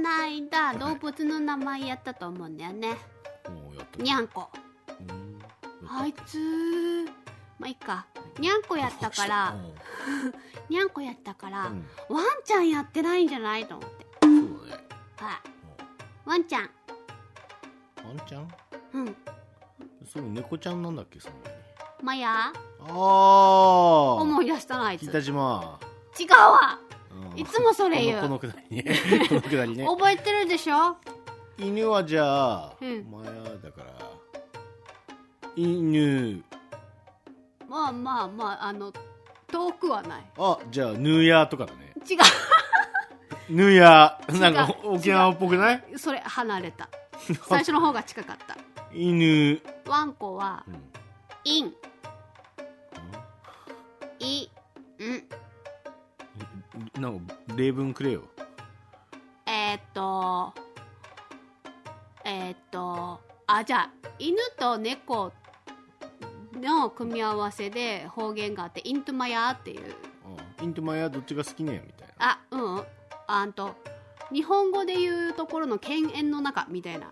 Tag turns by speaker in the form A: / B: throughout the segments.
A: 間動物の名前やったと思うんだよね
B: おーやっと
A: にゃんこ
B: うん
A: あいつまあいいかにゃんこやったからにゃんこやったから、
B: うん
A: ワンちゃんやってないんじゃないと思って
B: うんそうだね
A: はいワンちゃん
B: うんワンちゃん
A: うん
B: そう猫ちゃんなんだっけその前に
A: マヤ
B: ああ
A: 思い出したなあいつ違
B: 北島、
A: うわ
B: うん
A: いつもそれ言う
B: このこのくだりね このくだりね
A: 覚えてるでしょ
B: 犬はじゃあ、
A: うん
B: マヤだから犬
A: まあまあまああの遠くはない
B: あじゃあヌーヤーとかだね
A: 違
B: ヌーヤーなん
A: 違
B: か
A: う
B: 沖縄っぽくないう
A: それ離れた最初の方が近かった
B: 犬、
A: ワンコは
B: うん
A: インイン
B: なんか例文くれよ
A: えー、っとえー、っとあじゃあ犬と猫の組み合わせで方言があってイントゥマヤーっていう
B: イントマヤどっちが好きねみたいな
A: あうんあんと日本語で言うところの犬猿の中みたいな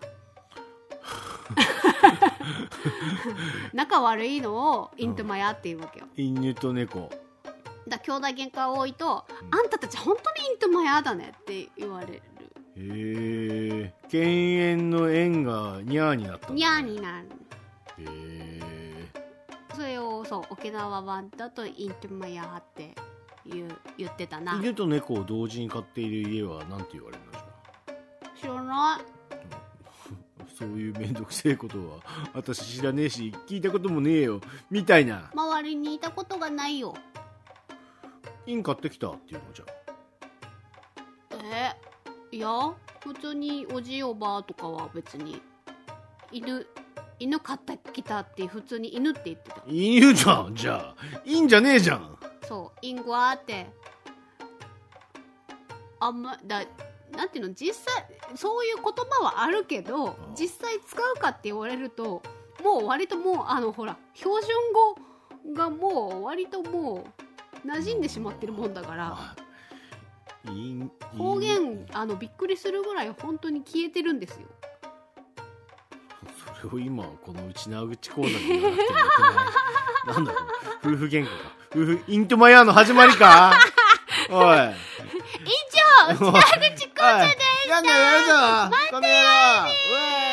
A: 仲悪いのをイントゥマヤーっていうわけよ
B: 犬と猫
A: だ兄弟喧嘩多いと、
B: うん
A: あんたたち本当にイントゥマヤーだねって言われる
B: へえ犬猿の縁がニャーになったんだね
A: ニャーになる
B: へえ
A: それをそう沖縄版だとイントゥマヤーって言う言ってたな
B: 犬と猫を同時に飼っている家はなんて言われるんだろ
A: 知らな
B: うなそういう面倒くせえことは私知らねえし聞いたこともねえよみたいない
A: 周りにいたことがないよ
B: イン買ってきたっていうのじゃ
A: えいや普通におじいおばあとかは別に犬犬飼ってきたって普通に犬って言ってた
B: 犬じゃんじゃあいいんじゃねえじゃん
A: そうインゴアってあんまだなんていうの実際そういう言葉はあるけど
B: ん
A: 実際使うかって言われるともう割ともうあのほら標準語がもう割ともう馴染んでしまってるもんだから
B: あいい
A: 方言あのびっくりするぐらい本当に消えてるんですよ
B: それを今このうちな口講座に言わなくてもいけないなんだろう夫婦喧嘩か夫婦イントマヤーの始まりか お
A: 以
B: い
A: 上うちな口講座で
B: おいやんなやるぞこの野郎